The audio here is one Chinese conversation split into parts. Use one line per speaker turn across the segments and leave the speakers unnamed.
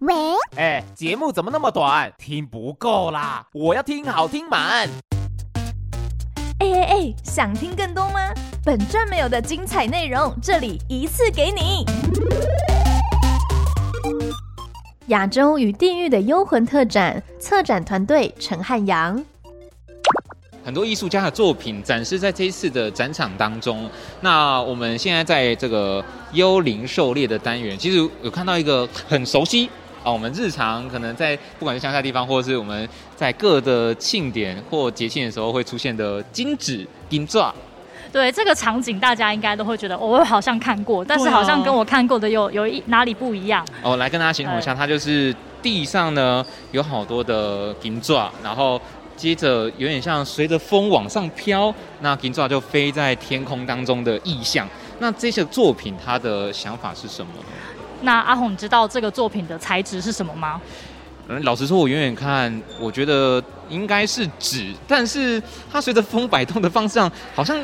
喂，
哎，节目怎么那么短？听不够啦！我要听好听满。
哎哎哎，想听更多吗？本站没有的精彩内容，这里一次给你。亚洲与地狱的幽魂特展，策展团队陈汉阳。
很多艺术家的作品展示在这一次的展场当中。那我们现在在这个幽灵狩猎的单元，其实有看到一个很熟悉啊，我们日常可能在不管是乡下地方，或者是我们在各的庆典或节庆的时候会出现的金纸、金钻。
对这个场景，大家应该都会觉得，哦我好像看过，但
啊
是好像跟我看过的有有一哪里不一样。
哦，来跟大家形容一下，它就是地上呢有好多的金爪，然后接着有点像随着风往上飘，那金爪就飞在天空当中的意象。那这些作品它的想法是什么呢？
那阿红，你知道这个作品的材质是什么吗？
嗯老实说，我远远看，我觉得应该是纸，但是它随着风摆动的方向，好像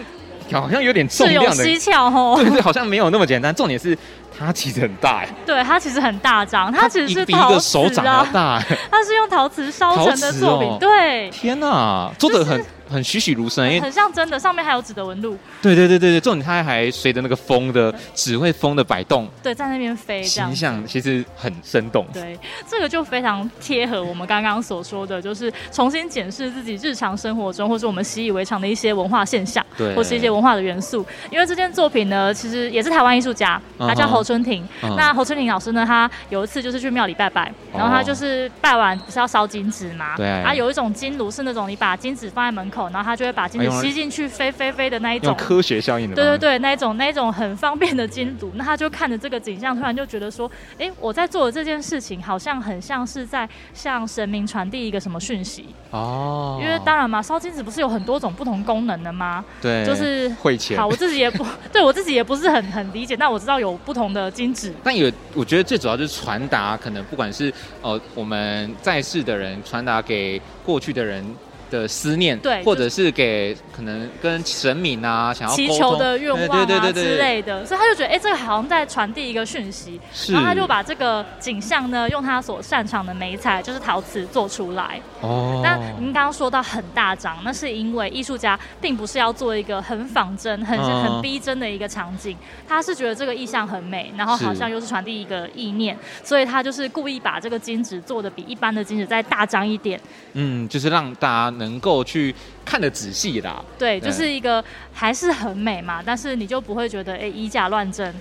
好像有点重
是有
量的，
蹊跷哦
对。对，好像没有那么简单。重点是它其实很大，哎
对，它其实很大张， 它其实
一
是
比一个
陶
手
瓷
掌要
啊，
大。哎
它是用陶瓷烧成的作品，
陶瓷哦
对，
天呐、做的很很栩栩如生，因为
很像真的，上面还有指的纹路，
对对对对对，重点它还随着那个风的只会风的摆动，
嗯对，在那边飞这样
形。象其实很生动。
对，这个就非常贴合我们刚刚所说的，就是重新检视自己日常生活中，或是我们习以为常的一些文化现象，
对
或是一些文化的元素。因为这件作品呢，其实也是台湾艺术家，他叫
嗯哼
侯春婷。
嗯哼
那侯春婷老师呢，他有一次就是去庙里拜拜，然后他就是拜完不是要烧金纸吗？
哦对
啊，有一种金炉是那种你把金纸放在门口，然后它就会把金
哎
纸
用
吸进去，飞飞飞的那一
用
种。
科学效应的，
对对，对，那一种那一种很方便的金炉，那他就看着这个景象，突然就觉得说，哎，我在做的这件事情，好像很像是在向神明传递一个什么讯息。
哦，
因为当然嘛，烧金纸不是有很多种不同功能 的吗？
对
就是
会钱
好，，我自己也不对我自己也不是很很理解，但我知道有不同的金纸。
但有，我觉得最主要就是传达，可能不管是呃我们在世的人传达给过去的人的思念，
对
或者是给可能跟神明啊 想要
祈
沟
求
通
的愿望啊
对对对
之
对对，
类的，所以他就觉得，哎、这个好像在传递一个讯息，
是
然后他就把这个景象呢，用他所擅长的美材，就是陶瓷做出来。
哦，
那您刚刚说到很大张，那是因为艺术家并不是要做一个很仿真、很、
嗯
很逼真的一个场景，他是觉得这个意象很美，然后
是
好像又是传递一个意念，所以他就是故意把这个金纸做的比一般的金纸再大张一点。
嗯，就是让大家能够去看得仔细啦，
对，
对
就是一个还是很美嘛，但是你就不会觉得哎、以假乱真。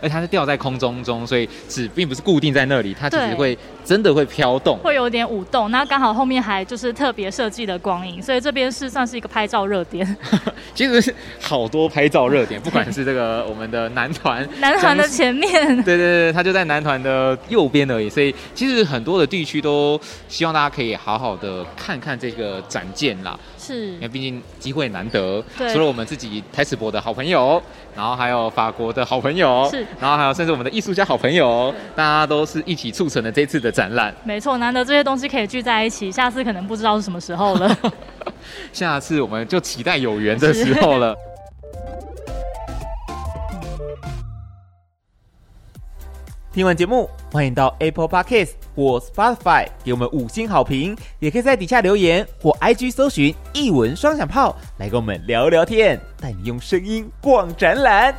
而且它是吊在空中中，所以纸并不是固定在那里，它其实
对
会真的会飘动。
会有点舞动，那刚好后面还就是特别设计的光影，所以这边是算是一个拍照热点。，
其实是好多拍照热点，不管是这个我们的男团
男团的 前 面，
对对对，它就在男团的右边而已，所以其实很多的地区都希望大家可以好好的看看这个展件啦，
是
因为毕竟机会难得。
对
除了我们自己台史博的好朋友，然后还有法国的好朋友，
是，
然后还有甚至我们的艺术家好朋友，大家都是一起促成了这次的展览。
没错，难得这些东西可以聚在一起，下次可能不知道是什么时候了。
下次我们就期待有缘的时候了。
听完节目，欢迎到 Apple Podcast 或 Spotify 给我们五星好评，也可以在底下留言或 IG 搜寻“一文双响炮”来跟我们聊聊天，带你用声音逛展览。